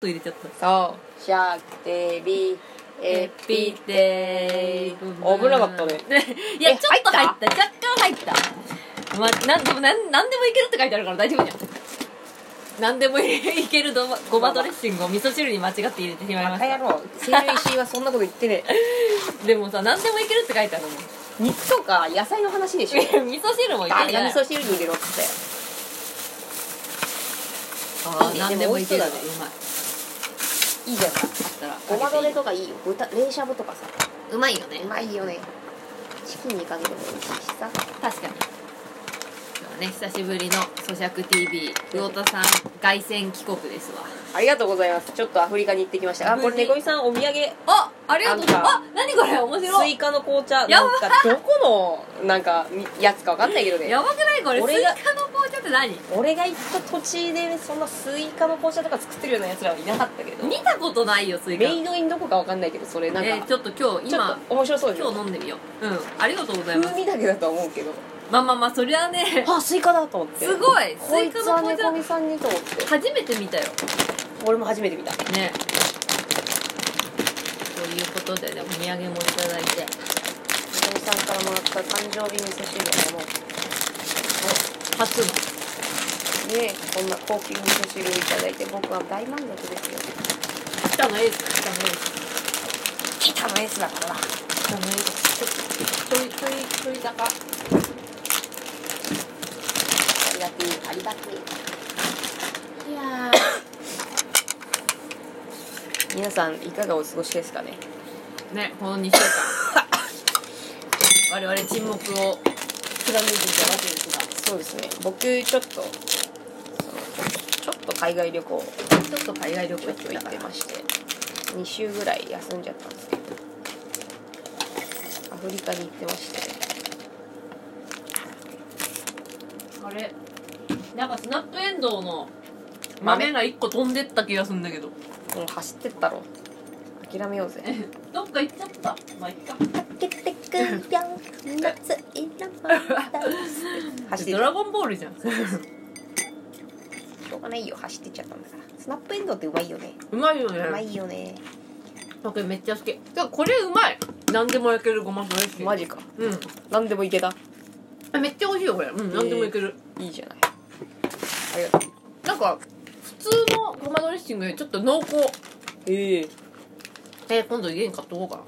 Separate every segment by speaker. Speaker 1: と入れちゃった
Speaker 2: そうシャーデビエピデイ危なかったね
Speaker 1: いや
Speaker 2: え
Speaker 1: ちょっと入
Speaker 2: 入
Speaker 1: っ
Speaker 2: った
Speaker 1: 若干入ったまあなんでもなんなんでもいけるって書いてあるから大丈夫じゃんなんでもいけるごまごまドレッシングを味噌汁に間違って入れてしまいま
Speaker 2: バ
Speaker 1: し
Speaker 2: カ野
Speaker 1: た
Speaker 2: 郎成城石井はそんなこと言ってね え
Speaker 1: でもさなんでもいけるって書いてあるもん
Speaker 2: 肉とか野菜の話でしょ
Speaker 1: 味噌汁もいける
Speaker 2: 誰
Speaker 1: じゃ
Speaker 2: が
Speaker 1: ない
Speaker 2: 味噌汁に入れろって
Speaker 1: あーなんでもいける
Speaker 2: で
Speaker 1: う
Speaker 2: も美味し
Speaker 1: まい
Speaker 2: いいじゃ
Speaker 1: あっ
Speaker 2: ん
Speaker 1: たら
Speaker 2: ごまドレ
Speaker 1: か
Speaker 2: とかいいよ豚冷しゃぶとかさ
Speaker 1: けていいうまいよね
Speaker 2: うまいよねチキンにかけても美味しいしさ
Speaker 1: 確かにまあね久しぶりの咀嚼 TV 魚田さん凱旋帰国ですわ
Speaker 2: ありがとうございますちょっとアフリカに行ってきましたあこれ
Speaker 1: 無事
Speaker 2: ねこみさんお土産
Speaker 1: あありがとうございますあ何これ面白
Speaker 2: ス
Speaker 1: い
Speaker 2: イカの紅茶
Speaker 1: やば
Speaker 2: なんかどこのなんかやつかわかんないけどね
Speaker 1: やばくないこれス
Speaker 2: 俺
Speaker 1: イ
Speaker 2: が
Speaker 1: カの紅茶って何
Speaker 2: 俺が行った土地でそんなスイカの紅茶とか作ってるようなやつらはいなかったけど
Speaker 1: 見たことないよスイカ
Speaker 2: メイドインどこかわかんないけどそれなんか、
Speaker 1: えーちょっと今日
Speaker 2: ちょっ
Speaker 1: 今
Speaker 2: と面白そうです
Speaker 1: 今日飲んでみよううんありがとうございます
Speaker 2: 風味だけだとは思うけど
Speaker 1: まあまあまあそり ゃね
Speaker 2: あスイカだと思って
Speaker 1: すごいス
Speaker 2: こ
Speaker 1: イ
Speaker 2: い
Speaker 1: カ
Speaker 2: つ
Speaker 1: の
Speaker 2: は
Speaker 1: 紅
Speaker 2: ねこ
Speaker 1: 茶
Speaker 2: みさんにと思って
Speaker 1: 初めて見たよ
Speaker 2: 俺も初めて見た
Speaker 1: ねということでねお土産もいただいて
Speaker 2: こみさんからもらった誕生日味噌汁をも
Speaker 1: 初の
Speaker 2: うねこんな高級味噌汁をいただいて僕は大満足ですよ
Speaker 1: 北のエース北のエース
Speaker 2: 北のエースだからな
Speaker 1: 北のエース鳥鳥鳥高
Speaker 2: ありがてえありがてえいや皆さんいかがお過ごしですかね
Speaker 1: ねこの2週間我々沈黙を貫いてきたわけですが
Speaker 2: そうですね僕ちょっとそのちょっと海外旅
Speaker 1: ちょ
Speaker 2: 行
Speaker 1: っと海外旅
Speaker 2: ちょっと行ってまして2週ぐらい休んじゃったんですけどアフリカに行ってまして
Speaker 1: あれなんかスナップエンドウの豆が一個飛んでった気がするんだけど
Speaker 2: もう走ってったろ諦めようぜ
Speaker 1: どっか行っちゃったまあいっか
Speaker 2: けてくよ夏いら走ってっ
Speaker 1: ド
Speaker 2: ちゃ
Speaker 1: ラゴンボールじゃん う
Speaker 2: しょうがないよ走ってっちゃったんだからスナップエンドウってうまいよね
Speaker 1: まいよ
Speaker 2: うま
Speaker 1: ね
Speaker 2: いよね
Speaker 1: だけどめっちゃ好きてかこれうまい何でもいけるごまドレッシング
Speaker 2: マジか
Speaker 1: うん
Speaker 2: 何でもいけた
Speaker 1: あめっちゃ美味しいよこれうん何でもいける、
Speaker 2: いいじゃないありがとう
Speaker 1: なんか普通のごまドレッシングよりちょっと濃厚
Speaker 2: ええ
Speaker 1: えー、今度家に買っとこうか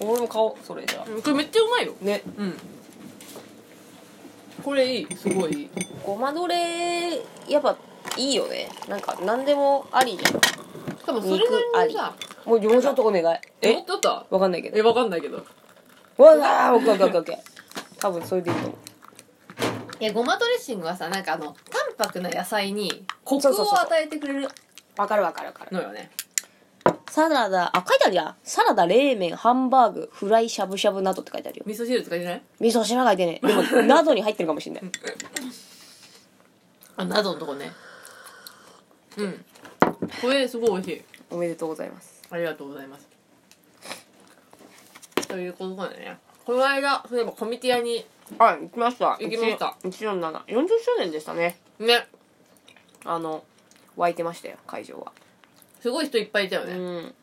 Speaker 2: 俺も買おうそれじゃあ
Speaker 1: な、うん、これめっちゃうまいよ
Speaker 2: ね
Speaker 1: うんこれいいすごいいい
Speaker 2: ごまどれやっぱいいよねなんか何でもありじゃん
Speaker 1: 多分それなりにさ
Speaker 2: もうもうちょっとお願い
Speaker 1: えっとった
Speaker 2: わかんないけ
Speaker 1: え
Speaker 2: ど
Speaker 1: わかんないけど
Speaker 2: わあオッケーオッケーオッケーオッケー多分それでいいと思
Speaker 1: いやごまドレッシングはさなんかあの淡白な野菜にコク
Speaker 2: そうそうそう
Speaker 1: を与えてくれる
Speaker 2: うわかるわかるわかる
Speaker 1: のよね
Speaker 2: サラダあ書いてあるじゃんサラダ冷麺ハンバーグフライしゃぶしゃぶなどって書いてあるよ
Speaker 1: 味噌汁とかじゃない
Speaker 2: 味噌汁が書いてね でもなどに入ってるかもしれない
Speaker 1: あなどのとこねうんこれすごい美味しい
Speaker 2: おめでとうございます
Speaker 1: ありがとうございますということだねこの間そういえばコミティアに
Speaker 2: はい行きました
Speaker 1: 行きました
Speaker 2: 14740周年でしたね
Speaker 1: ね
Speaker 2: あの湧いてましたよ会場は
Speaker 1: すごい人いっぱいいたよ
Speaker 2: う
Speaker 1: ね
Speaker 2: ん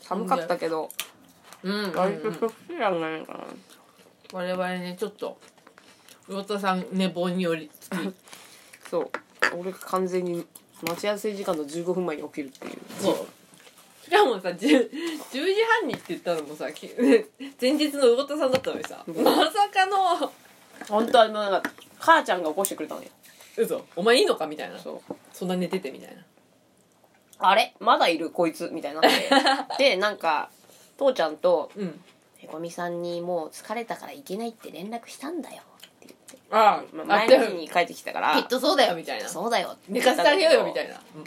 Speaker 2: 寒かったけど
Speaker 1: うん、うんうん
Speaker 2: 割と食事なんじゃないかな
Speaker 1: 我々ねちょっと魚田さん寝坊によりつ き
Speaker 2: そう俺が完全に待ち合わせ時間の15分前に起きるっていう
Speaker 1: そう。しかもさ、10, 10時半にって言ったのもさ、 き前日の魚田さんだったのにさ、
Speaker 2: うん
Speaker 1: まさかの、
Speaker 2: 本当はもうなんか母ちゃんが起こしてくれたのよ
Speaker 1: 嘘、お前いいのかみたいな。
Speaker 2: そう
Speaker 1: そんな寝ててみたいな。
Speaker 2: あれまだいるこいつみたいになって でなんか父ちゃんと
Speaker 1: うん。
Speaker 2: へこみさんにもう疲れたから行けないって連絡したんだよって言って
Speaker 1: あ
Speaker 2: まあ
Speaker 1: あ、
Speaker 2: 前の日に帰ってきたか
Speaker 1: あきっ
Speaker 2: ら
Speaker 1: とそうだよみたいな。
Speaker 2: そうだよって
Speaker 1: 寝かせてあげようよみた
Speaker 2: ない
Speaker 1: な。うん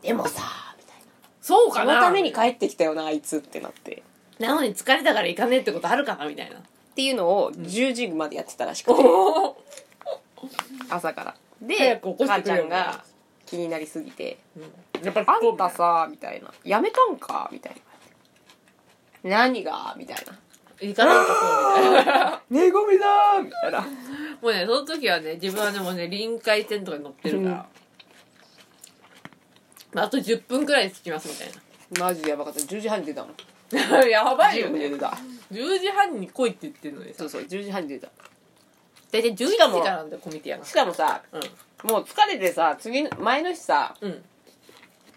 Speaker 2: でもさみたい
Speaker 1: そう
Speaker 2: な
Speaker 1: か
Speaker 2: その
Speaker 1: な
Speaker 2: ために帰ってきたよなあいつってなって
Speaker 1: なのに疲れたから行かねえってことあるかなみたいな。
Speaker 2: っていうのを10時までやってたらしくて
Speaker 1: おお。
Speaker 2: 朝から
Speaker 1: 早
Speaker 2: で
Speaker 1: く起こして
Speaker 2: 母
Speaker 1: く
Speaker 2: ち
Speaker 1: れ
Speaker 2: ゃ
Speaker 1: よ
Speaker 2: んが気になりすぎて
Speaker 1: やっぱり
Speaker 2: あ
Speaker 1: こ
Speaker 2: んたさ、みたいな。やめたんかみたいな。何がみたいな。
Speaker 1: う、行かないとこうみたいな。
Speaker 2: ねごみだみたいな。
Speaker 1: もうね、その時はね、自分はでもね、臨海線とかに乗ってるから。まあ、あと10分くらいで着きますみたいな
Speaker 2: マジでやばかった10時半に出たもん
Speaker 1: やばいよ
Speaker 2: 10分で
Speaker 1: ね
Speaker 2: 出た
Speaker 1: 10時半に来いって言ってるのに
Speaker 2: そ
Speaker 1: さ
Speaker 2: うそう10時半に出た
Speaker 1: 大体11時
Speaker 2: かも
Speaker 1: からなんだよコミティアが
Speaker 2: しかもさもう疲れてさ次の前の日さ
Speaker 1: うんうん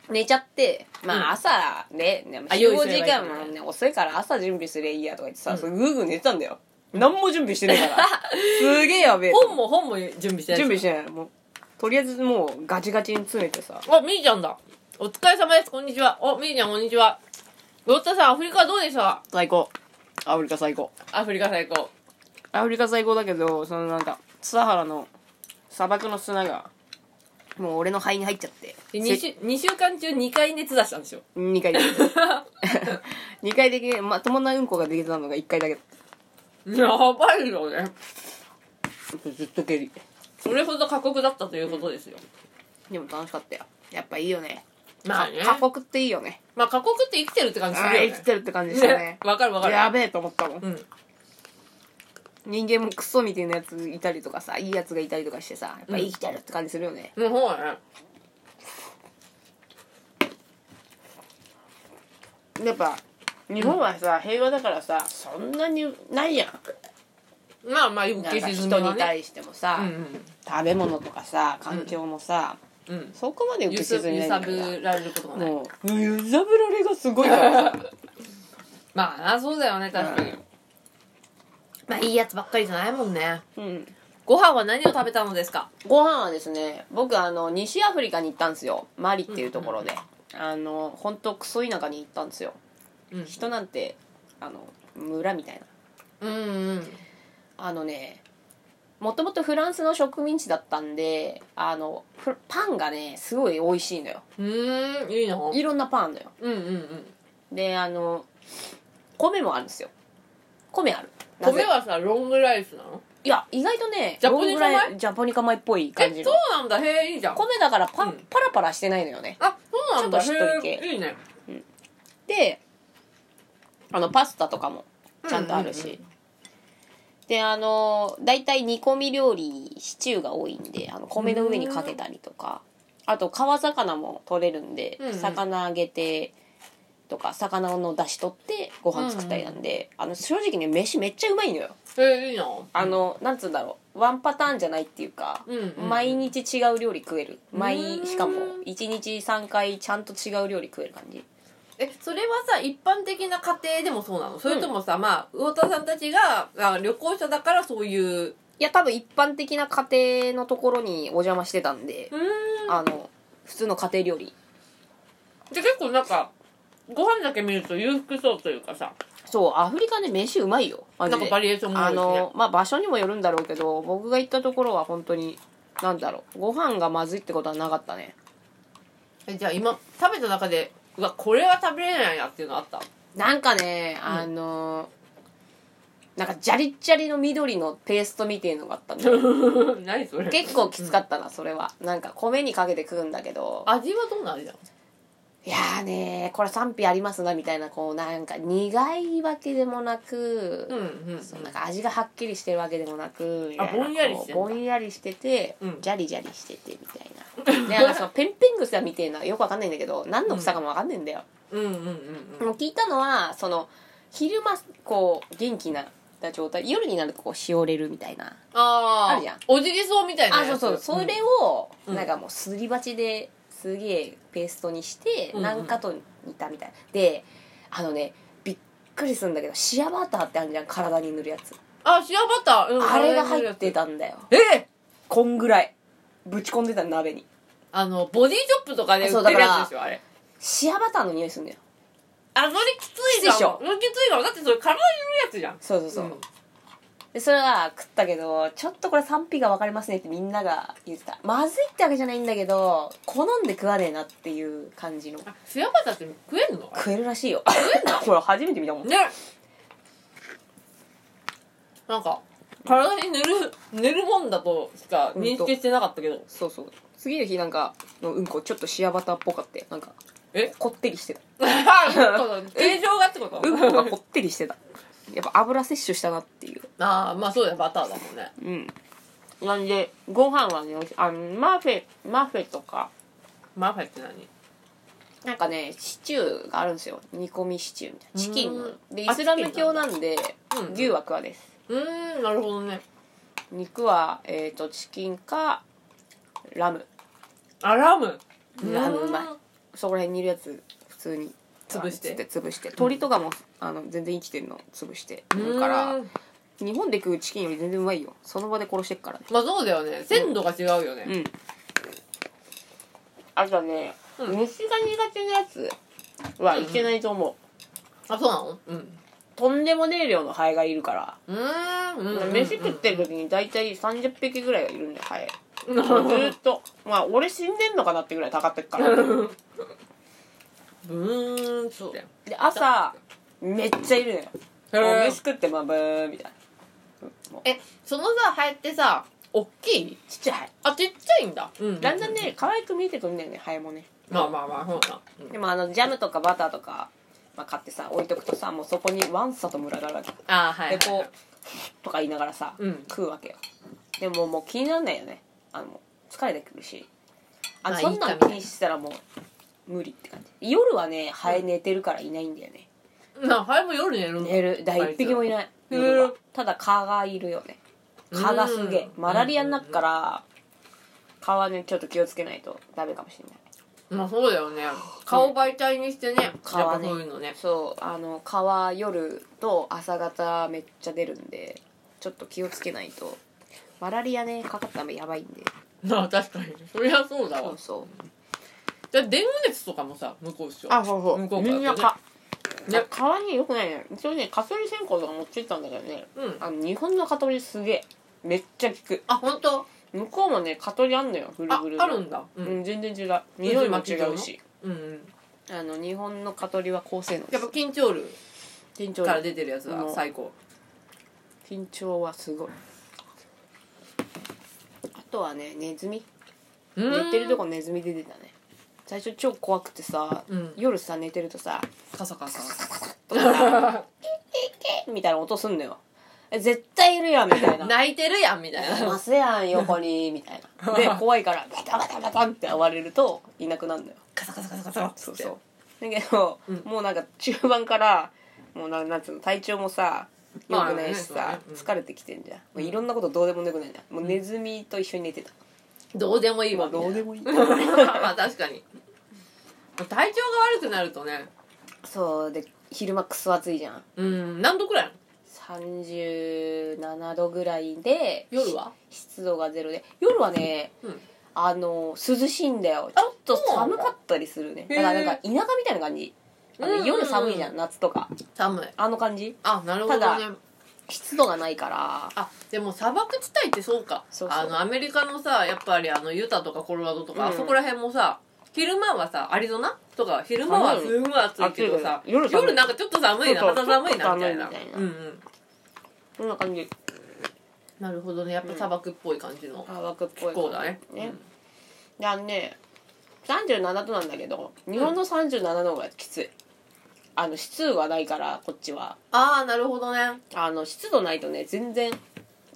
Speaker 2: 寝ちゃってま
Speaker 1: うん
Speaker 2: あ朝ね、ね
Speaker 1: あ
Speaker 2: 集
Speaker 1: 用意
Speaker 2: 合
Speaker 1: すれ
Speaker 2: 時
Speaker 1: ばいい
Speaker 2: 間
Speaker 1: のね
Speaker 2: もね遅いから朝準備すりゃいいやとか言ってさ、
Speaker 1: うん
Speaker 2: それぐーぐー寝てたんだよ、何も準備してないから すげえやべえと
Speaker 1: 本
Speaker 2: 思って
Speaker 1: も本も準備してない
Speaker 2: 準備してないもうとりあえずもうガチガチに詰めてさ
Speaker 1: あみーちゃんだお疲れ様ですこんにちはおみーちゃんこんにちはロッタさんアフリカどうでした
Speaker 2: 最高アフリカ最高
Speaker 1: アフリカ最高
Speaker 2: アフリカ最高だけどそのなんかサハラの砂漠の砂がもう俺の肺に入っちゃって
Speaker 1: で 2, 週2週間中2回熱出したんですよ
Speaker 2: 2回で2回でまともなうんこができたのが1回だけだ
Speaker 1: やばいよね
Speaker 2: ずっと蹴り
Speaker 1: それほど過酷だったということですよ
Speaker 2: でも楽しかったよやっぱいいよね
Speaker 1: まあね
Speaker 2: 過酷っていいよね
Speaker 1: まあ過酷って生きてるって感じす
Speaker 2: あ
Speaker 1: るよ
Speaker 2: ー
Speaker 1: ね
Speaker 2: 生きてるって感じしたね
Speaker 1: わかるわかる
Speaker 2: やべえと思ったもん
Speaker 1: うん
Speaker 2: 人間もクソみたいなやついたりとかさいいやつがいたりとかしてさやっぱ生きてるって感じするよね、
Speaker 1: もうほらね
Speaker 2: やっぱ日本はさ平和だからさそんなにないやん
Speaker 1: まあまあよく
Speaker 2: なん
Speaker 1: 消
Speaker 2: か
Speaker 1: し
Speaker 2: 人
Speaker 1: 済みは
Speaker 2: に
Speaker 1: ね
Speaker 2: 対してもさ、
Speaker 1: うん
Speaker 2: 食べ物とかさ環境もさ、
Speaker 1: うんうん
Speaker 2: そこまで受
Speaker 1: 揺
Speaker 2: け
Speaker 1: す
Speaker 2: 沈み
Speaker 1: 揺
Speaker 2: ない
Speaker 1: さ
Speaker 2: んだから
Speaker 1: ぶられることもない
Speaker 2: もう揺さぶられがすごいからさ
Speaker 1: まあなそうだよね確かに、
Speaker 2: う
Speaker 1: まあいいやつばっかりじゃないもんね
Speaker 2: うん
Speaker 1: ご飯は何を食べたのですか
Speaker 2: ご飯はですね僕あの西アフリカに行ったんですよマリっていうところで、あの本当クソ田舎に行ったんですよ
Speaker 1: うん
Speaker 2: 人なんてあの村みたいな
Speaker 1: うんうん
Speaker 2: あのねもともとフランスの植民地だったんであのフパンがねすごい美味しいのよ
Speaker 1: うーんいいなうん
Speaker 2: いろんなパンあんのよ
Speaker 1: うんうん
Speaker 2: であの米もあるんですよ米あるなぜ
Speaker 1: 米はさロングライスなの
Speaker 2: いや意外とね
Speaker 1: ジャポニカ米
Speaker 2: どんぐらいジャポニカ米っぽい感
Speaker 1: え
Speaker 2: じ
Speaker 1: そ
Speaker 2: の
Speaker 1: うなんだへえいいじゃん
Speaker 2: 米だからパ,、
Speaker 1: うん
Speaker 2: パラパラしてないのよね
Speaker 1: あそうなんだ
Speaker 2: ちょっとしっとり
Speaker 1: へ
Speaker 2: 系
Speaker 1: えいいね
Speaker 2: であのパスタとかもちゃんとあるし、
Speaker 1: うんうん
Speaker 2: であの大体煮込み料理シチューが多いんであの米の上にかけたりとかあと川魚も取れるんで、
Speaker 1: うんうん
Speaker 2: 魚揚げてとか魚の出汁取ってご飯作ったりなんで、あの正直ね飯めっちゃうまいのよ
Speaker 1: へえいいな
Speaker 2: あの、なんつうんだろうワンパターンじゃないっていうか、
Speaker 1: うんうんうん
Speaker 2: 毎日違う料理食える
Speaker 1: う
Speaker 2: 毎
Speaker 1: ん
Speaker 2: しかも1日3回ちゃんと違う料理食える感じ
Speaker 1: えそれはさ一般的な家庭でもそうなのそれともさ、まあ魚田さんたちがあ旅行者だからそういう
Speaker 2: いや多分一般的な家庭のところにお邪魔してたんで
Speaker 1: う、ん
Speaker 2: あの普通の家庭料理
Speaker 1: で結構なんかご飯だけ見ると裕福そうというかさ
Speaker 2: そうアフリカね飯うまいよマ
Speaker 1: なん
Speaker 2: ジ
Speaker 1: か
Speaker 2: で
Speaker 1: バリエーションも多
Speaker 2: あ
Speaker 1: いしね
Speaker 2: のまあ場所にもよるんだろうけど僕が行ったところは本当になんだろうご飯がまずいってことはなかったね
Speaker 1: えじゃあ今食べた中でうわこれは食べれないなっていうのあった
Speaker 2: なんかねあの、なんかジャリッジャリの緑のペーストみてえのがあったんだよ
Speaker 1: 何それ
Speaker 2: 結構きつかったなそれはなんか米にかけて食うんだけど
Speaker 1: 味はどんな味だ
Speaker 2: いやーねーこれ賛否ありますなみたいなこうなんか苦いわけでもなく、
Speaker 1: うんうん
Speaker 2: そうなんか味がはっきりしてるわけでもなくみたいな
Speaker 1: ぼんやりしてんだ
Speaker 2: こうぼんやりしてて、
Speaker 1: うん
Speaker 2: ジャリジャリしててみたいなでなんか そのペンペングサみたいなよくわかんないんだけど何の草かもわかんないんだよ、
Speaker 1: うんうんうん
Speaker 2: でも聞いたのはその昼間こう元気な状態夜になるとこうしおれるみたいな
Speaker 1: あー
Speaker 2: あるじゃん
Speaker 1: おじぎそうみたいな
Speaker 2: あそ
Speaker 1: や
Speaker 2: う
Speaker 1: つ
Speaker 2: そうそれを
Speaker 1: うん
Speaker 2: なんかもうすり鉢ですげえペーストにして
Speaker 1: うん
Speaker 2: 何かと煮たみたいなであのねびっくりするんだけどシアバターってあるじゃん体に塗るやつ
Speaker 1: あシアバター、うん
Speaker 2: あれが入ってたんだよ
Speaker 1: え
Speaker 2: こんぐらいぶち込んでた鍋に
Speaker 1: あのボディチョップとかで売ってるやつでしょあれ
Speaker 2: シアバターの匂いするんだよ
Speaker 1: あそれきついじ
Speaker 2: きついでし
Speaker 1: ゃん
Speaker 2: ょ
Speaker 1: それきついからだってそれ体に塗るやつじ
Speaker 2: そうそう
Speaker 1: ゃ
Speaker 2: そ
Speaker 1: ん
Speaker 2: う、でそれは食ったけどちょっとこれ賛否が分かりますねってみんなが言ってたまずいってわけじゃないんだけど好んで食わねえなっていう感じの
Speaker 1: あシアバターって食えんの
Speaker 2: 食えるらしいよ これ初めて見たもん
Speaker 1: ねなんか体に塗る塗るもんだとしか認識してなか ったけど
Speaker 2: そうそう次の日なんかのうんこちょっとシアバターっぽかってなんか
Speaker 1: え
Speaker 2: こってりしてた
Speaker 1: 形状がってこと
Speaker 2: うんこが こってりしてたやっぱ油摂取したなっていう
Speaker 1: ああまあそうだよバターだもんね
Speaker 2: うんなんでご飯はねあのマフェマフェとか
Speaker 1: マフェって何
Speaker 2: なんかねシチューがあるんですよ煮込みシチューみたいなチキンの
Speaker 1: うん
Speaker 2: でイ
Speaker 1: あ
Speaker 2: スラム教なんで
Speaker 1: うん
Speaker 2: 牛は食わです
Speaker 1: うーんなるほどね
Speaker 2: 肉は、えー、とチキンかラム
Speaker 1: あラム
Speaker 2: ラムうまいそこら辺にいるやつ普通に
Speaker 1: 潰して
Speaker 2: つって潰して鶏とかもあの全然生きてるの潰して
Speaker 1: う
Speaker 2: る
Speaker 1: ーん
Speaker 2: から日本で食うチキンより全然うまいよその場で殺してっからね
Speaker 1: まあそうだよね鮮度が違うよね、
Speaker 2: うんあとね、
Speaker 1: うん
Speaker 2: 虫が苦手なやつはいけないと思う、
Speaker 1: あそうなのうん
Speaker 2: とんでもねえ量のハエがいるから、
Speaker 1: うーんうんうんうん
Speaker 2: 飯食ってる時に大体30匹ぐらいがいるんだよハエ
Speaker 1: うん
Speaker 2: ずーっとまあ俺死んでんのかなってぐらいたかってっか ら
Speaker 1: ブーンそうだよ
Speaker 2: で朝めっちゃいるのよ
Speaker 1: へー
Speaker 2: もう飯食ってまあブーみたいなもう
Speaker 1: えそのさハエってさおっきい
Speaker 2: ちっちゃいハエ
Speaker 1: あちっちゃいんだ、うん
Speaker 2: だんだんね可愛く見えてくるんだよねハエもね
Speaker 1: まあまあまあそうだ、うん
Speaker 2: でもあのジャムとかバターとか、まあ、買ってさ置いとくとさもうそこにワンサと群がるわけ
Speaker 1: あーはい
Speaker 2: でこうとか言いながらさ、
Speaker 1: うん
Speaker 2: 食うわけよでももう気にならないよねあの疲れてくるしあの
Speaker 1: まあ
Speaker 2: そんない
Speaker 1: い
Speaker 2: ん
Speaker 1: か
Speaker 2: 気にしたらもう無理って感じ夜はねハエ寝てるからいないんだよね、
Speaker 1: なハエも夜寝るの
Speaker 2: 寝るだ一匹もいない
Speaker 1: へー
Speaker 2: 夜はただ蚊がいるよね蚊がすげえ
Speaker 1: うん
Speaker 2: マラリアになっから蚊はねちょっと気をつけないとダメかもしれない
Speaker 1: まあそうだよね顔媒体にしてね
Speaker 2: 蚊
Speaker 1: やっ
Speaker 2: は
Speaker 1: ぱ
Speaker 2: ね
Speaker 1: そういうのね
Speaker 2: そうあの蚊は夜と朝方めっちゃ出るんでちょっと気をつけないとマラリアねかかったらやばいんで
Speaker 1: まあ確かにそりゃそうだ
Speaker 2: そ
Speaker 1: わ
Speaker 2: うそう
Speaker 1: じゃあデング熱とかもさ向こうっしょ
Speaker 2: あそうそう
Speaker 1: 向こうから
Speaker 2: みんな蚊
Speaker 1: ね
Speaker 2: ね蚊はねよくないね一応ね蚊取り線香とか持ってったんだけどね
Speaker 1: うん
Speaker 2: あの日本の蚊取りすげえめっちゃ効く
Speaker 1: あ本当
Speaker 2: 向こうもね蚊取りあんのよぐる
Speaker 1: あ
Speaker 2: ぐるの
Speaker 1: あるんだう
Speaker 2: うんん、全然違う匂いも違うし
Speaker 1: うんうん
Speaker 2: あの日本の蚊取りは高性能で
Speaker 1: やっ
Speaker 2: す
Speaker 1: ぱ緊張る
Speaker 2: 緊張
Speaker 1: から出てるやつは
Speaker 2: うん
Speaker 1: 最高
Speaker 2: 緊張はすごいあとはねネズミ
Speaker 1: うん
Speaker 2: 寝てるとこネズミ出てたね最初超怖くてさ、
Speaker 1: うん
Speaker 2: 夜さ寝てるとさ
Speaker 1: カサカサ
Speaker 2: とかさ「 えみたいな音すんのよえ絶対いるやんみたいな
Speaker 1: 泣いてるやんみたい
Speaker 2: いま
Speaker 1: な
Speaker 2: すやん横に みたいなで怖いからバタバタバタンって暴れるといなくなるのよ
Speaker 1: カサカサカサカサっつ
Speaker 2: そう
Speaker 1: って
Speaker 2: そうだけど、
Speaker 1: うん
Speaker 2: もうなんか中盤からもうななんつうの体調もさ良
Speaker 1: まあ
Speaker 2: くないしさ、
Speaker 1: ねそうねうん
Speaker 2: 疲れてきてんじゃん、もういろんなことどうでもよくないじゃんもうネズミと一緒に寝てた、
Speaker 1: どうでもいいわ
Speaker 2: まあ
Speaker 1: みたいな
Speaker 2: どうでもいい
Speaker 1: まあ確かに体調が悪くなるとね
Speaker 2: そうで昼間クソ暑いじゃん
Speaker 1: うん何度くらい
Speaker 2: 37度ぐらいで
Speaker 1: 夜は
Speaker 2: 湿度がゼロで夜はね
Speaker 1: うん
Speaker 2: あの涼しいんだよちょっと
Speaker 1: そうなんだ
Speaker 2: 寒かったりするね
Speaker 1: へ
Speaker 2: だ
Speaker 1: ー
Speaker 2: からなんか田舎みたいな感じあ
Speaker 1: うんうん
Speaker 2: の
Speaker 1: うん
Speaker 2: 夜寒いじゃん夏とか
Speaker 1: 寒い
Speaker 2: あの感じ
Speaker 1: あなるほど
Speaker 2: た
Speaker 1: ね
Speaker 2: だ湿度がないから
Speaker 1: あでも砂漠地帯ってそうか
Speaker 2: そうそう
Speaker 1: あのアメリカのさやっぱりあのユタとかコロラドとか、
Speaker 2: う
Speaker 1: あ
Speaker 2: ん
Speaker 1: そこら辺もさ昼間はさアリゾナとか昼間はすごい暑いけどさ
Speaker 2: 暑いよね夜寒い
Speaker 1: なんかちょっと寒いな
Speaker 2: そう
Speaker 1: 肌
Speaker 2: そう
Speaker 1: 寒いなみたいな
Speaker 2: ちょっと寒いみたいな
Speaker 1: うんうん
Speaker 2: そんな感じ
Speaker 1: なるほどねやっぱ砂漠っぽい感じの
Speaker 2: 砂漠っぽい
Speaker 1: こうだね
Speaker 2: ねであのね37度なんだけど日本の37度がきつい、あの湿度がないからこっちは
Speaker 1: ああなるほどね
Speaker 2: あの湿度ないとね全然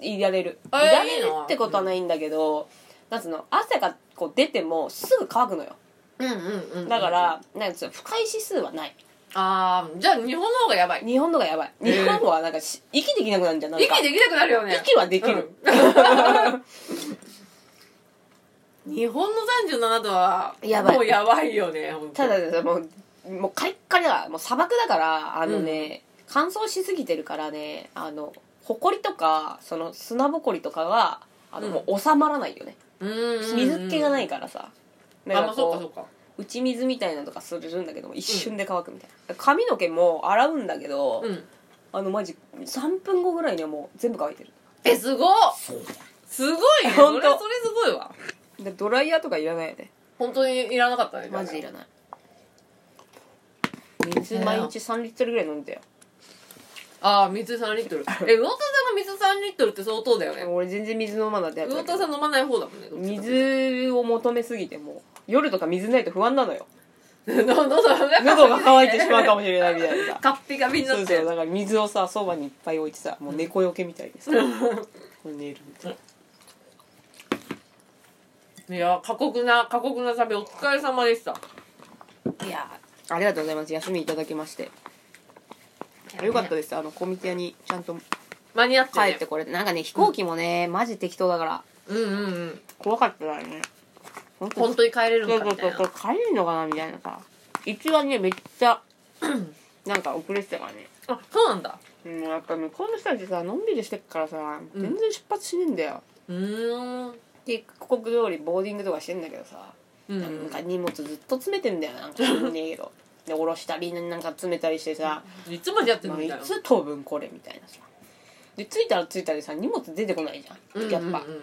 Speaker 2: いられるい
Speaker 1: えー
Speaker 2: られるってことはないんだけど、なんつうの汗がこう出てもすぐ乾くのよ
Speaker 1: うんうんうん、
Speaker 2: だから、なんつうの不快指数はない
Speaker 1: ああじゃあ日本の方がやばい
Speaker 2: 日本のがやばい
Speaker 1: えー
Speaker 2: 日本はなんかし息できなくなるんじゃんなんか
Speaker 1: 息できなくなるよね
Speaker 2: 息はでき る、
Speaker 1: うん日本の37度は
Speaker 2: やばい
Speaker 1: もうやばいよね本当
Speaker 2: ただねもうもうカリッカリだもう砂漠だからあのね、乾燥しすぎてるからねあのほこりとかその砂ぼこりとかがあの、
Speaker 1: うん
Speaker 2: もう収まらないよね
Speaker 1: うんうんうん
Speaker 2: 水っ気がないからさ、
Speaker 1: あ
Speaker 2: な
Speaker 1: ま
Speaker 2: んか
Speaker 1: あそう
Speaker 2: こ
Speaker 1: か
Speaker 2: う
Speaker 1: そうか
Speaker 2: 打ち水みたいなのとかするんだけども一瞬で乾くみたいな、髪の毛も洗うんだけど、
Speaker 1: うん
Speaker 2: あのマジ3分後ぐらいにはもう全部乾いてる
Speaker 1: えす ごっすごいねそ
Speaker 2: ほん
Speaker 1: れ
Speaker 2: と
Speaker 1: それすごいわ
Speaker 2: でドライヤーとかいらないよね
Speaker 1: 本当にいらなかったね
Speaker 2: マジいらない水毎日3リットルぐらい飲んで
Speaker 1: ああ水3リットルえ魚 田さんが水3リットルって相当だよ
Speaker 2: た
Speaker 1: ね
Speaker 2: よ俺全然水飲まないってやつ
Speaker 1: 魚
Speaker 2: だけ
Speaker 1: 田
Speaker 2: ど
Speaker 1: さん飲まない方だもんねどっちかっていう
Speaker 2: 水を求めすぎてもう夜とか水ないと不安なのよ
Speaker 1: と 喉が
Speaker 2: 喉が渇いてし まうかもしれないみたいな さ
Speaker 1: カッピカピにな
Speaker 2: そう
Speaker 1: っ
Speaker 2: そう
Speaker 1: て
Speaker 2: だから水をさそばにいっぱい置いてさもう猫よけみたい にさ寝るみたいない
Speaker 1: や過酷な過酷な旅お疲れ様でしたいや
Speaker 2: ありがとうございます休みいただきましてよかったですあのコミティアにちゃんと
Speaker 1: 間に合って
Speaker 2: 帰ってこれてなんかね飛行機もね、マジ適当だから
Speaker 1: うんうんうん
Speaker 2: 怖かったからね本
Speaker 1: 本当に帰れる
Speaker 2: そ
Speaker 1: の
Speaker 2: う
Speaker 1: かみ
Speaker 2: そう
Speaker 1: たい
Speaker 2: そ
Speaker 1: うな
Speaker 2: これ帰れるのかなみたいなさ一はねめっちゃ なんか遅れてたからね
Speaker 1: あそうなんだ
Speaker 2: もうやっぱ向こうの人たちさのんびりしてっからさ
Speaker 1: うん
Speaker 2: 全然出発しねえんだよ、
Speaker 1: うーん
Speaker 2: で帰国通りボーディングとかしてんだけどさ、
Speaker 1: うん
Speaker 2: なんか荷物ずっと詰めてんだよなんか知んねえけどで下ろしたりなんか詰めたりしてさ、
Speaker 1: いつまでやってん
Speaker 2: ま
Speaker 1: の
Speaker 2: あ、
Speaker 1: み
Speaker 2: い
Speaker 1: たいな
Speaker 2: つ当分これみたいなさで着いたら着いたでさ荷物出てこないじゃ
Speaker 1: うん
Speaker 2: ん
Speaker 1: うん
Speaker 2: やっぱ、
Speaker 1: うんうん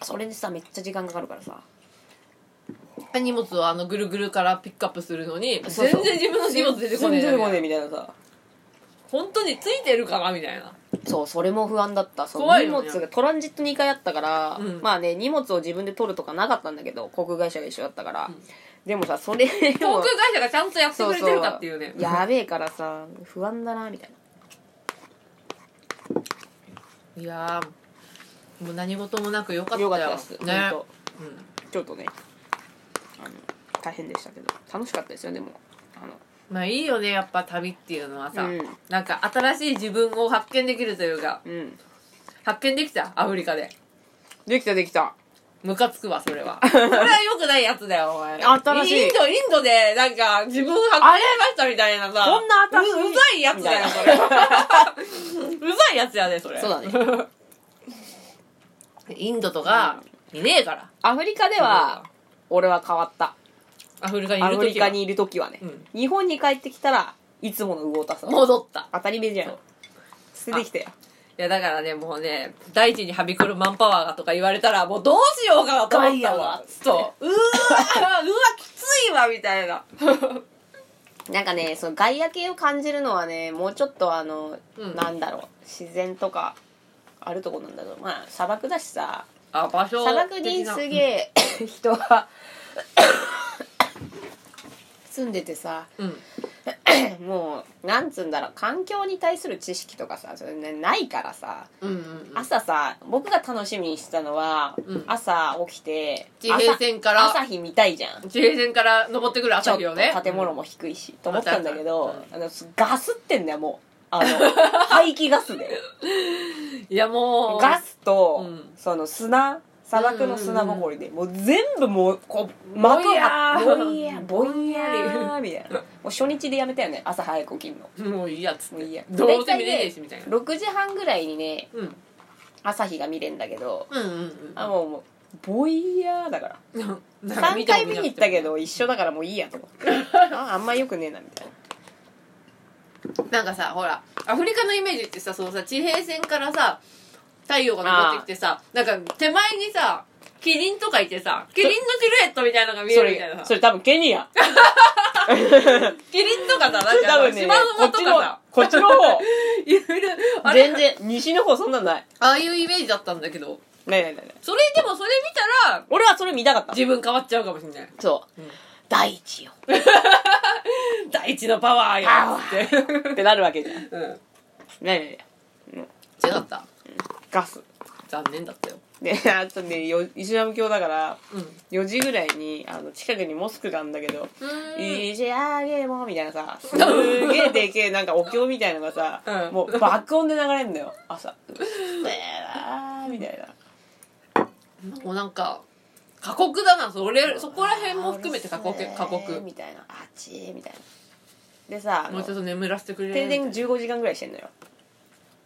Speaker 2: それでさめっちゃ時間かかるからさ
Speaker 1: 荷物をあのぐるぐるからピックアップするのに
Speaker 2: そうそ
Speaker 1: 全
Speaker 2: う
Speaker 1: 然自分の荷物出てこねえ
Speaker 2: 全然出てこねえ
Speaker 1: え
Speaker 2: みたいなさ
Speaker 1: 本当についてるかなみたいな
Speaker 2: そうそれも不安だったその
Speaker 1: 怖い
Speaker 2: 荷
Speaker 1: よ
Speaker 2: 物
Speaker 1: ね
Speaker 2: がトランジット2回あったから、
Speaker 1: うん
Speaker 2: まあね荷物を自分で取るとかなかったんだけど航空会社が一緒だったから、
Speaker 1: うん
Speaker 2: でもさそれ
Speaker 1: 航
Speaker 2: 航
Speaker 1: 空会社がちゃんとやってくれてるかっていうね
Speaker 2: やべえからさ不安だなみたいない
Speaker 1: やーもう何事もなくよかった
Speaker 2: よ
Speaker 1: よ
Speaker 2: かったです、
Speaker 1: ね
Speaker 2: 本
Speaker 1: うん
Speaker 2: 当ちょっとねあの大変でしたけど楽しかったですよでもあの
Speaker 1: まあいいよねやっぱ旅っていうのはさ、
Speaker 2: うん
Speaker 1: なんか新しい自分を発見できるというか
Speaker 2: うん
Speaker 1: 発見できたアフリカで
Speaker 2: できたできた
Speaker 1: ムカつくわそれ はそれはよくないやつだよお前
Speaker 2: 新しい
Speaker 1: インドインドでなんか自分発見しましたみたいなさ
Speaker 2: こんな新しいう
Speaker 1: うざいやつだよそれうざいやつやねそれ
Speaker 2: そうだね
Speaker 1: インドとかいねえから
Speaker 2: アフリカでは俺は変わった
Speaker 1: アフリカにい
Speaker 2: ア
Speaker 1: る
Speaker 2: フリ
Speaker 1: 時
Speaker 2: カ
Speaker 1: は
Speaker 2: にいる時はね、
Speaker 1: うん
Speaker 2: 日本に帰ってきたらいつもの魚田さん
Speaker 1: 戻った
Speaker 2: 当たり目じゃん捨ててきたよ
Speaker 1: いやだからねもうね大地にはびこるマンパワーがとか言われたらもうどうしようかなと思っ
Speaker 2: ガイ
Speaker 1: た
Speaker 2: アは
Speaker 1: わそううわーうわきついわみたいな
Speaker 2: なんかねその外野系を感じるのはねもうちょっとあの、
Speaker 1: うん
Speaker 2: なんだろう自然とかあるとこなんだろうまあ砂漠だしさ
Speaker 1: あ場所
Speaker 2: 砂漠にす
Speaker 1: え
Speaker 2: げえ人が住んでてさ
Speaker 1: うん
Speaker 2: もうなんつうんだろう環境に対する知識とかさそれ、ね、ないからさ
Speaker 1: うんうんうん
Speaker 2: 朝さ僕が楽しみにしてたのは、
Speaker 1: うん
Speaker 2: 朝起きて
Speaker 1: 地平線から
Speaker 2: 朝朝日見たいじゃん
Speaker 1: 地平線から登ってくる
Speaker 2: ちょ
Speaker 1: 朝
Speaker 2: っ
Speaker 1: 日をね
Speaker 2: と建物も低いし、と思ったんだけ
Speaker 1: わ
Speaker 2: ど
Speaker 1: かる、
Speaker 2: あのガスってんだよもうあの排気ガスで
Speaker 1: いやもう
Speaker 2: ガスと、
Speaker 1: うん
Speaker 2: その砂砂漠の砂ぼこりで、もう全部もうこう膜
Speaker 1: ぼんや
Speaker 2: が
Speaker 1: ー
Speaker 2: ぼんやぼんやーみたいなもう初日でやめたよね朝早く起きるの
Speaker 1: もういいやつって
Speaker 2: もういいや
Speaker 1: どうせ見れねえしみたいな
Speaker 2: 6時半ぐらいにね
Speaker 1: うん
Speaker 2: 朝日が見れんだけど、
Speaker 1: うんうん
Speaker 2: あもうもうぼんやーだから
Speaker 1: うん なんか
Speaker 2: 3
Speaker 1: ても
Speaker 2: 回見に行ったけど一緒だからもういいやと思 ってああんまよくねえなみたいな
Speaker 1: なんかさほらアフリカのイメージってさそのさ地平線からさ太陽が昇ってきてさなんか手前にさキリンとかいてさキリンのシルエットみたいなのが見え
Speaker 2: そ
Speaker 1: るみたい
Speaker 2: れ
Speaker 1: な
Speaker 2: そ
Speaker 1: さ
Speaker 2: れ多分ケニア
Speaker 1: キリンとかさなん
Speaker 2: 多
Speaker 1: か
Speaker 2: 分ね
Speaker 1: 島の
Speaker 2: こ
Speaker 1: 間
Speaker 2: っ
Speaker 1: と
Speaker 2: ち
Speaker 1: か
Speaker 2: の
Speaker 1: さ
Speaker 2: こっちの方
Speaker 1: いろいろ あれ
Speaker 2: 全然西の方そんなんない
Speaker 1: ああいうイメージだったんだけど
Speaker 2: ないないないない
Speaker 1: それでもそれ見たら
Speaker 2: 俺はそれ見たかった
Speaker 1: 自分変わっちゃうかもしんない
Speaker 2: そう、
Speaker 1: うん
Speaker 2: 大地よ
Speaker 1: 第一のパワーやつって
Speaker 2: ってなるわけじゃんない
Speaker 1: うん
Speaker 2: ないないうん
Speaker 1: 違かった
Speaker 2: ガス
Speaker 1: 残念だったよ
Speaker 2: で あとねよイスラム教だから
Speaker 1: うん
Speaker 2: 4時ぐらいにあの近くにモスクがあるんだけど
Speaker 1: うー
Speaker 2: 「
Speaker 1: ん
Speaker 2: イジャーゲーモ」みたいなさすげえでけえなんかお経みたいのがさ、
Speaker 1: うん
Speaker 2: もう爆音で流れるんだよ朝「うっせえなー」みたいな
Speaker 1: もうなんか過酷だなそれそこら辺も含めて過酷過酷
Speaker 2: みたいなあっちーみたいなでさあ
Speaker 1: もう
Speaker 2: の
Speaker 1: ちょっと眠らせてくれる
Speaker 2: 停電15時間ぐらいしてんのよ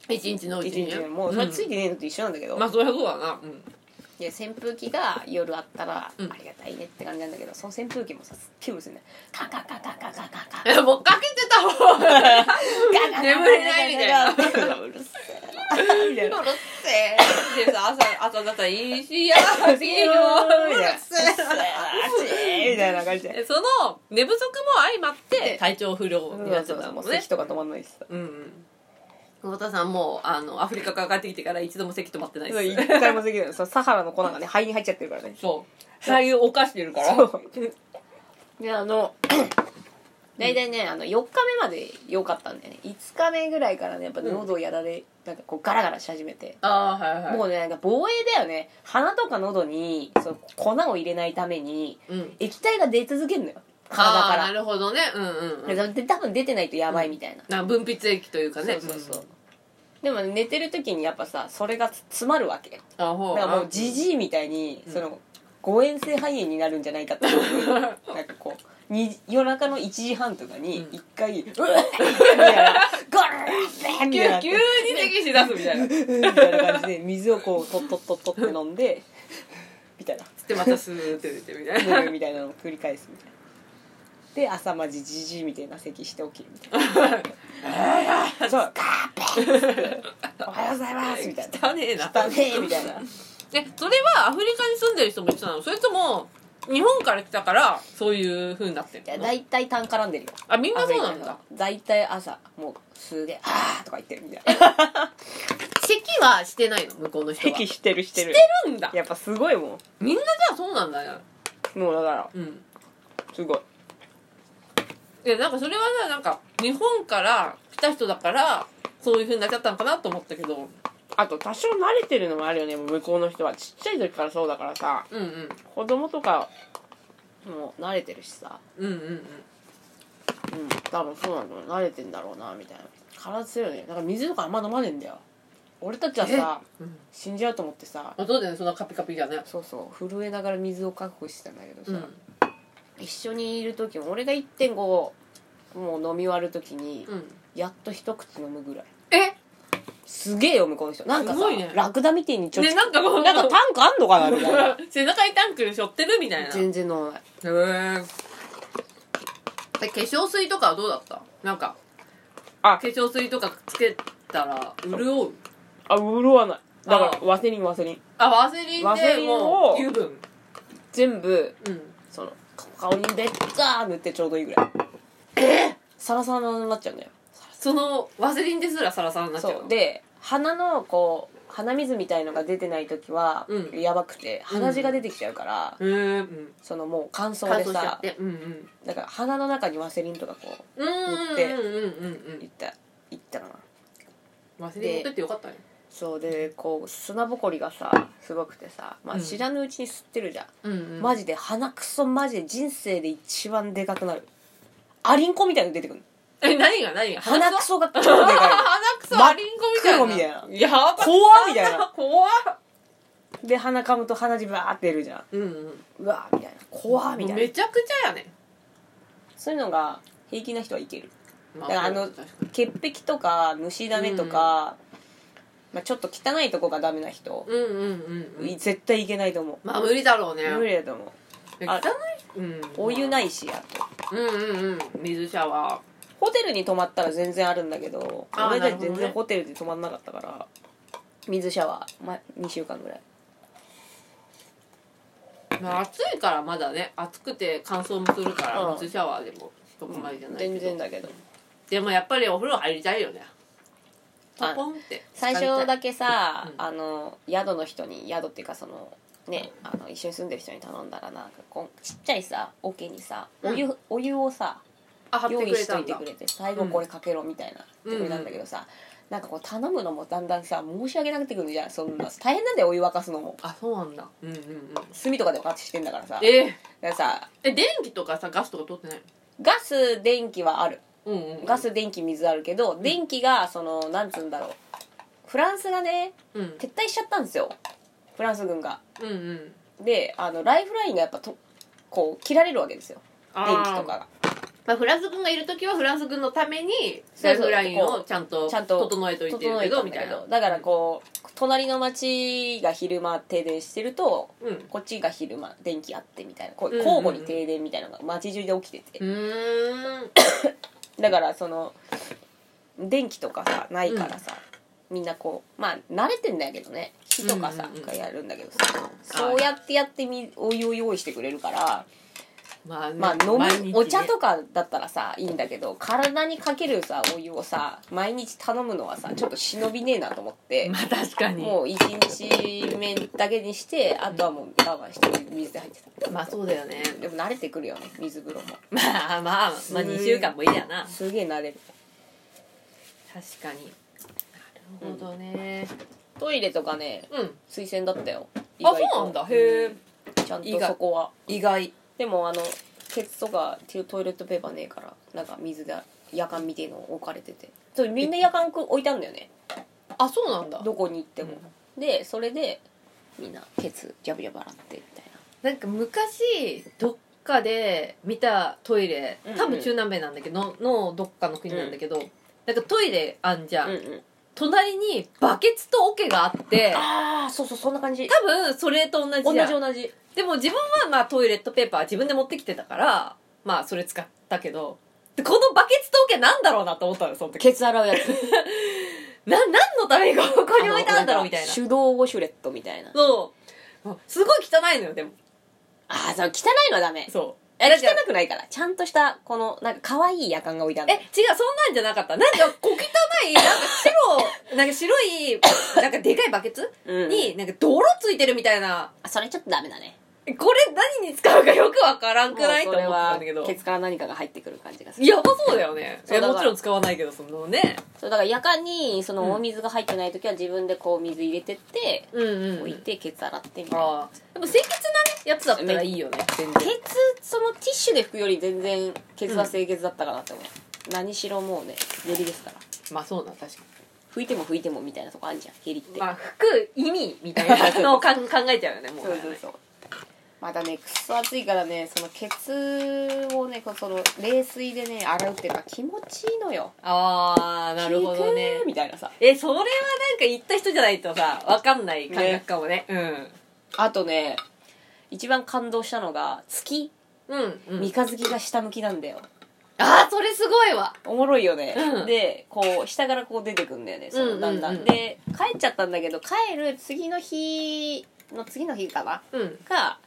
Speaker 1: 一日のう
Speaker 2: 一
Speaker 1: ちに
Speaker 2: 日
Speaker 1: ね
Speaker 2: でもうそれついてねえのと一緒なんだけど、
Speaker 1: うんまあそりゃそうだなうん
Speaker 2: で扇風機が夜あったらあ
Speaker 1: うん
Speaker 2: りがたいねって感じなんだけど、その扇風機もさすっげえうるせえんだよカンカンカンカンカンカンカンカン
Speaker 1: えもうかけてた 方が
Speaker 2: ガンガン
Speaker 1: 眠れないみたいな
Speaker 2: ガンガンガンガンうるせえなみたいな
Speaker 1: うるせえでさ朝朝だったらい いしやー次よーう
Speaker 2: み
Speaker 1: る
Speaker 2: たいな
Speaker 1: せえな
Speaker 2: あっちみたいな感じで
Speaker 1: えその寝不足も相まって体調不良になっちゃったも
Speaker 2: もうん
Speaker 1: ね
Speaker 2: 席とか止まんないしさ
Speaker 1: うんうん久保田さんもうあのアフリカから帰ってきてから一度も席止まってない
Speaker 2: そう一
Speaker 1: です
Speaker 2: 回も席だよそうサハラの粉がね肺に入っちゃってるからね
Speaker 1: そう俳優犯してるから
Speaker 2: そうであの 大体ねあの4日目まで良かったんだよね5日目ぐらいからねやっぱ喉をやられ、なんかこうガラガラし始めて、
Speaker 1: ああはいはい
Speaker 2: もうねなんか防衛だよね鼻とか喉にそう粉を入れないために
Speaker 1: うん
Speaker 2: 液体が出続けるのよ体か
Speaker 1: あーな
Speaker 2: ら
Speaker 1: るほどねうんうん、うん、
Speaker 2: で多分出てないとやばいみたいな、
Speaker 1: な分泌液というかね
Speaker 2: そうそうそう、
Speaker 1: ん
Speaker 2: でも寝てる時にやっぱさそれが詰まるわけよ
Speaker 1: あほ
Speaker 2: だ
Speaker 1: う
Speaker 2: からもうじじいみたいにその誤嚥性肺炎になるんじゃな いかっていうなんかこうに夜中の1時半とかに
Speaker 1: うん
Speaker 2: 一 回「うっ!」みたいな「ゴルー!」み
Speaker 1: 急
Speaker 2: たいな
Speaker 1: 急に咳し出すみ たいなつっ
Speaker 2: みたいな感じで水をこうとっとっとっとって飲 んでみたいな
Speaker 1: てまたスーって出てみたいな
Speaker 2: 飲むみたいなのを繰り返すみたいなで朝まじじじいみたいな咳して起きるみた いなそうガーッペンおはようございますみた いな
Speaker 1: 汚ねえな
Speaker 2: 汚ねえみたいな
Speaker 1: えそれはアフリカに住んでる人も一緒なのそれとも日本から来たからそういう風になって
Speaker 2: いや
Speaker 1: るの
Speaker 2: 大体痰絡んでるよ
Speaker 1: あみんなそうなんだ
Speaker 2: 大体朝もうすげえ「あー」とか言ってるみた いな
Speaker 1: 咳はしてないの向こうの人はし
Speaker 2: してるしてる
Speaker 1: てるんだ
Speaker 2: やっぱすごいも
Speaker 1: みんなじゃあそうなんだよ
Speaker 2: んもうだから
Speaker 1: うん
Speaker 2: すごい
Speaker 1: でなんかそれはさなんか日本から来た人だからそういう風になっちゃったのかなと思ったけど
Speaker 2: あと多少慣れてるのもあるよねもう向こうの人はちっちゃい時からそうだからさ
Speaker 1: うんうん
Speaker 2: 子供とかもう慣れてるしさ
Speaker 1: うんうんうん
Speaker 2: うん多分そうなんだろう慣れてんだろうなみたいな体強いよねだから水とかあんま飲まねえんだよ俺たちはさ
Speaker 1: うん
Speaker 2: 死んじゃうと思ってさ
Speaker 1: あそうだよねそんなカピカピじゃね
Speaker 2: そうそう震えながら水を確保してたんだけどさ、
Speaker 1: うん
Speaker 2: 一緒にいる時も俺が1.5もう飲み終わる時に
Speaker 1: うん
Speaker 2: やっと一口飲むぐらい
Speaker 1: え
Speaker 2: すげえよ向こうの人なんか
Speaker 1: す
Speaker 2: さ、
Speaker 1: ごいね
Speaker 2: ラクダみてえにちょち
Speaker 1: ねなんかこう
Speaker 2: なんかタンクあんのかなみたいな
Speaker 1: 背中にタンクに背負ってるみたいな
Speaker 2: 全然飲まない
Speaker 1: へえ化粧水とかはどうだったなんか
Speaker 2: あ
Speaker 1: 化粧水とかつけたら潤う
Speaker 2: あ潤わないだか
Speaker 1: あ
Speaker 2: らワセリンワセリン
Speaker 1: あワセリン
Speaker 2: ワセ
Speaker 1: で
Speaker 2: リン
Speaker 1: もう
Speaker 2: を
Speaker 1: 油分
Speaker 2: 全部
Speaker 1: うん
Speaker 2: その顔にでっかー塗ってちょうどいいぐらいえサラサラになっちゃうんだよ
Speaker 1: そのワセリンですらサラサラになっちゃう
Speaker 2: そ
Speaker 1: の
Speaker 2: うで鼻のこう鼻水みたいのが出てない時は、
Speaker 1: うん
Speaker 2: やばくて鼻血が出てきちゃうから、
Speaker 1: へえうん
Speaker 2: そのもう乾燥
Speaker 1: 乾
Speaker 2: で
Speaker 1: 燥しちゃ
Speaker 2: さ
Speaker 1: ってうんうん
Speaker 2: だから鼻の中にワセリンとかこう
Speaker 1: うんうん
Speaker 2: 塗って
Speaker 1: うんうんうんう
Speaker 2: いっ
Speaker 1: ん
Speaker 2: たいったかな
Speaker 1: ワセリン持ってってよかったね
Speaker 2: そうでこう砂ぼこりがさすごくてさ、ま
Speaker 1: う
Speaker 2: あ、
Speaker 1: ん
Speaker 2: 知らぬうちに吸ってるじゃ
Speaker 1: う
Speaker 2: ん、
Speaker 1: んうん
Speaker 2: マジで鼻くそマジで人生で一番でかくなるアリンコみたいなの出てくる
Speaker 1: え何が何が
Speaker 2: 鼻
Speaker 1: く
Speaker 2: く
Speaker 1: そ
Speaker 2: そが超 で
Speaker 1: 鼻
Speaker 2: かい
Speaker 1: くそアリンコみたいな
Speaker 2: 真っ黒
Speaker 1: やば
Speaker 2: 怖っみたいな
Speaker 1: 怖っ
Speaker 2: で鼻かむと鼻血バーって出るじゃん
Speaker 1: うんうん
Speaker 2: うわーみたいな怖ーみたいな
Speaker 1: めちゃくちゃやね
Speaker 2: そういうのが平気な人はいける
Speaker 1: ま
Speaker 2: だからあの
Speaker 1: 確か
Speaker 2: 潔癖とか虫ダメとか、まあ、ちょっと汚いとこがダメな人
Speaker 1: に、うんうんうんうん
Speaker 2: 絶対いけないと思
Speaker 1: まあ無理だろうね
Speaker 2: う無理だと思う
Speaker 1: え汚
Speaker 2: あ
Speaker 1: い、うん、
Speaker 2: お湯ないいしあと
Speaker 1: うんうんうん水シャワ
Speaker 2: ホテルに泊まったら全然あるんだけど
Speaker 1: あー
Speaker 2: 俺
Speaker 1: なる
Speaker 2: たち
Speaker 1: ほどね
Speaker 2: 全然ホテルで泊まんなかったから水シャワー、ま、2週間ぐらい
Speaker 1: ー、まあ、暑いからまだね暑くて乾燥もするから、
Speaker 2: うん
Speaker 1: 水シャワーでもそこまでじゃないけど、
Speaker 2: 全然だけど
Speaker 1: でもやっぱりお風呂入りたいよね
Speaker 2: あ
Speaker 1: パポンって
Speaker 2: 最初だ
Speaker 1: け
Speaker 2: けさ、
Speaker 1: うん
Speaker 2: あの宿の人に宿っていうかそのねあの一緒に住んでる人に頼んだらなんかこうちっちゃいさ桶にさお湯,、
Speaker 1: う
Speaker 2: お湯をさ
Speaker 1: あ貼っ
Speaker 2: 用
Speaker 1: て
Speaker 2: 意
Speaker 1: くれ
Speaker 2: しと
Speaker 1: た
Speaker 2: い
Speaker 1: ん
Speaker 2: て
Speaker 1: だ
Speaker 2: くれて最後これかけろみたいな言ってくれたんだけどさ、なんかこう頼むのもだんだんさ申し訳なくてくるじゃんそんな大変なんだよお湯沸かすのも
Speaker 1: あそうなんだうんうんうん
Speaker 2: 炭とかで沸かしてんだからさだか
Speaker 1: えー
Speaker 2: らさ
Speaker 1: え電気とかさガスとか取ってない
Speaker 2: ガス電気はある
Speaker 1: のうんうん
Speaker 2: ガス電気水あるけど電気がそのなんつうんだろうフランスがね
Speaker 1: うん
Speaker 2: 撤退しちゃったんですよフランス軍が
Speaker 1: うんうん
Speaker 2: であのライフラインがやっぱとこう切られるわけですよ
Speaker 1: あ
Speaker 2: 電
Speaker 1: ー
Speaker 2: 気とかが
Speaker 1: まあ、フランス軍がいる時はフランス軍のために
Speaker 2: そ
Speaker 1: ラ
Speaker 2: う
Speaker 1: イ
Speaker 2: そう
Speaker 1: フラインをちゃんと
Speaker 2: ちゃんと
Speaker 1: 整えといてる
Speaker 2: 整
Speaker 1: け
Speaker 2: えた
Speaker 1: ど
Speaker 2: ん
Speaker 1: み
Speaker 2: だ
Speaker 1: た
Speaker 2: け
Speaker 1: いな
Speaker 2: どだからこう隣の町が昼間停電してると
Speaker 1: ううん
Speaker 2: こっちが昼間電気あってみたいなこ
Speaker 1: うんう
Speaker 2: うん
Speaker 1: うん
Speaker 2: 交互に停電みたいなのが街中で起きて
Speaker 1: う
Speaker 2: て
Speaker 1: ーん
Speaker 2: だからその電気とかさないからさ、みんなこうまあ慣れてんだけどね火とかさ、
Speaker 1: うんうんうん
Speaker 2: がやるんだけどさそうやってやってみお湯を用意してくれるから
Speaker 1: まあね、
Speaker 2: まあ飲む、
Speaker 1: 毎日ね
Speaker 2: お茶とかだったらさいいんだけど体にかけるさお湯をさ毎日頼むのはさちょっと忍びねえなと思って
Speaker 1: まあ確かに
Speaker 2: もう1日目だけにしてあとはもう我慢して水で入ってた
Speaker 1: まあそうだよね
Speaker 2: でも慣れてくるよね水風呂も
Speaker 1: まあまあまあ2週間もいいやな
Speaker 2: すげえ慣れる
Speaker 1: 確かになるほどね
Speaker 2: トイレとかね
Speaker 1: うん、
Speaker 2: 推薦だったよ
Speaker 1: あそうなんだへえ
Speaker 2: えちゃんとそこは
Speaker 1: 意外
Speaker 2: でもあのケツとかトイトイレットペーパーねえからなんか水で夜間みてえの置かれててそうみんな夜間く置いたんだよね
Speaker 1: あそうなんだ
Speaker 2: どこに行っても、でそれでみんなケツジャブジャブ洗ってみたいな
Speaker 1: なんか昔どっかで見たトイレ
Speaker 2: うんうん
Speaker 1: 多分中南米なんだけど、のどっかの国なんだけど、なんかトイレあんじゃん、
Speaker 2: うんうん、
Speaker 1: 隣にバケツと桶があって
Speaker 2: ああそうそうそんな感じ
Speaker 1: 多分それと同じ
Speaker 2: 同
Speaker 1: じゃ
Speaker 2: じ
Speaker 1: ん
Speaker 2: 同じ
Speaker 1: でも自分はまあトイレットペーパー自分で持ってきてたからまあそれ使ったけどでこのバケツと桶なんだろうなと思ったのその時
Speaker 2: ケツ洗うやつ
Speaker 1: な何のためにここに置いてあるんだろうみたいな
Speaker 2: 手動ウォシュレットみたいな
Speaker 1: そうもうすごい汚いのよでも
Speaker 2: ああそう汚いのはダメ
Speaker 1: そう
Speaker 2: え
Speaker 1: だから
Speaker 2: 汚くないからちゃんとしたこのなんか可愛い夜間が置いてある
Speaker 1: え違うそんなんじゃなかったなんか小汚いなんか白 なんか白いなんかでかいバケツ
Speaker 2: うん
Speaker 1: になんか泥ついてるみたいな
Speaker 2: あそれちょっとダメだね
Speaker 1: えこれ何に使うかよくわからんくないと
Speaker 2: もう
Speaker 1: 思ってたんだけ
Speaker 2: それ
Speaker 1: ど
Speaker 2: はケツから何かが入ってくる感じがする
Speaker 1: やば そうだよね
Speaker 2: そう
Speaker 1: え
Speaker 2: だから
Speaker 1: もちろん使わないけどそのね
Speaker 2: そうだから夜間にそのお水が入ってない時は自分でこう水入れてって、
Speaker 1: うんうん
Speaker 2: 置いてケツ洗ってみたいな
Speaker 1: ああでも清潔なねやつだったらいいよね全
Speaker 2: ケ
Speaker 1: 然
Speaker 2: ツそのティッシュで拭くより全然ケツは清潔だったかなって思う、何しろもうね下痢ですから
Speaker 1: まあそうな確か
Speaker 2: 拭いても拭いてもみたいなとこあるじゃん下痢って、
Speaker 1: にまあ服意味みたいなのを かん考えちゃうよねもう
Speaker 2: そうそうそうまだねくっそ暑いからねそのケツをねこうその冷水でね洗うっていうのは気持ちいいのよ
Speaker 1: ああなるほどね
Speaker 2: 効くみたいなさ
Speaker 1: えそれはなんか行った人じゃないとさわかんない感覚かもね
Speaker 2: あとね一番感動したのが月
Speaker 1: うんうん、うん
Speaker 2: 三、日月が下向きなんだよ
Speaker 1: ああそれすごいわ
Speaker 2: おもろいよね、
Speaker 1: うん
Speaker 2: でこう下からこう出てくんだよねそ
Speaker 1: うんう
Speaker 2: の
Speaker 1: んう
Speaker 2: だ
Speaker 1: ん
Speaker 2: んだん,、で帰っちゃったんだけど帰る次の日の次の日かな
Speaker 1: うん
Speaker 2: が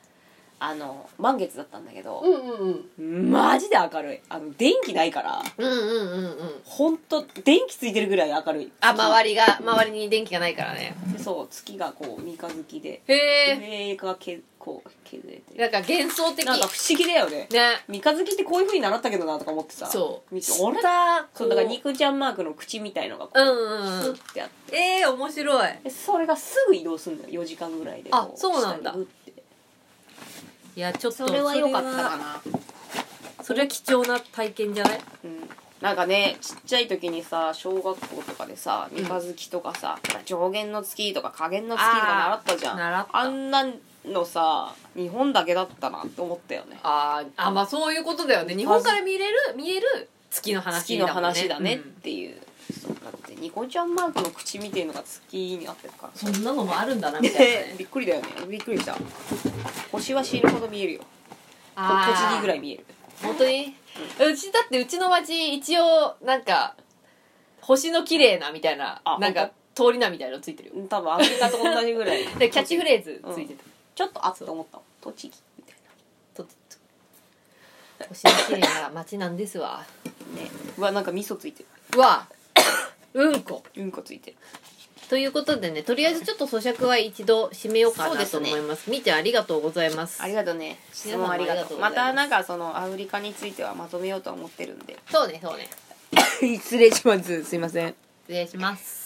Speaker 2: あの満月だったんだけど、
Speaker 1: んうんうん
Speaker 2: マジで明るいあの電気ないから
Speaker 1: うんうんうんうん
Speaker 2: 本当電気ついてるぐらい明るい
Speaker 1: あ周りが周りに電気がないからね
Speaker 2: りそう月がこう三日月で
Speaker 1: へえ
Speaker 2: 上がけこう削れてる
Speaker 1: なんか幻想的
Speaker 2: なんか不思議だよね
Speaker 1: ね
Speaker 2: 三日月ってこういう風に習ったけどなとか思ってさ
Speaker 1: そう
Speaker 2: 見て俺
Speaker 1: 下こ
Speaker 2: そうだから肉ちゃんマークの口みたいのがこ
Speaker 1: うん
Speaker 2: ス
Speaker 1: うんう
Speaker 2: ッ
Speaker 1: ん
Speaker 2: てあって
Speaker 1: ええー、面白い
Speaker 2: でそれがすぐ移動するんだよ4時間ぐらいでこ
Speaker 1: あそうなんだ
Speaker 2: 下にグッて
Speaker 1: いやちょっと
Speaker 2: それは良かったか
Speaker 1: な
Speaker 2: な
Speaker 1: それは貴重な体験じゃない
Speaker 2: うんなんかねちっちゃい時にさ小学校とかでさ三日月とかさ、上限の月とか下限の月とか習ったじゃん
Speaker 1: 習った
Speaker 2: あんなのさ日本だけだったなって思ったよね
Speaker 1: あーあまあそういうことだよね日本から見れる見える月の話
Speaker 2: 月の
Speaker 1: だもんね
Speaker 2: 話だねっ
Speaker 1: うん
Speaker 2: ていう、そうだってニコちゃんマークの口みてえのが月になってるから
Speaker 1: そんなのもあるんだなみたいな、
Speaker 2: で びっくりだよねびっくりした星は死ぬほど見えるよ
Speaker 1: あ
Speaker 2: 栃木ぐら
Speaker 1: い
Speaker 2: い見える
Speaker 1: 本当にうちだってうちの町一応なんか星の綺麗なみたいな
Speaker 2: あ
Speaker 1: なんか通り名みたいなのついてるよ
Speaker 2: うん多分アメリカと同じぐらい
Speaker 1: でキャッチフレーズついてた、
Speaker 2: ちょっとあっと思ったもん栃木みたい
Speaker 1: ととと星の綺麗な町なんですわ
Speaker 2: なねうわなんか味噌ついてる
Speaker 1: うわうんこ
Speaker 2: うんこついてる
Speaker 1: ということでねとりあえずちょっと咀嚼は一度締めようか
Speaker 2: そう
Speaker 1: な
Speaker 2: で
Speaker 1: と
Speaker 2: すね
Speaker 1: 思いますみーちゃんありがとうございます
Speaker 2: ありがとうね質問ありが
Speaker 1: 皆様ありがとうござ
Speaker 2: とうま
Speaker 1: います
Speaker 2: たなんかそのアフリカについては まとめようとは思ってるんで
Speaker 1: そうねそうね
Speaker 2: 失礼しますすいません
Speaker 1: 失礼します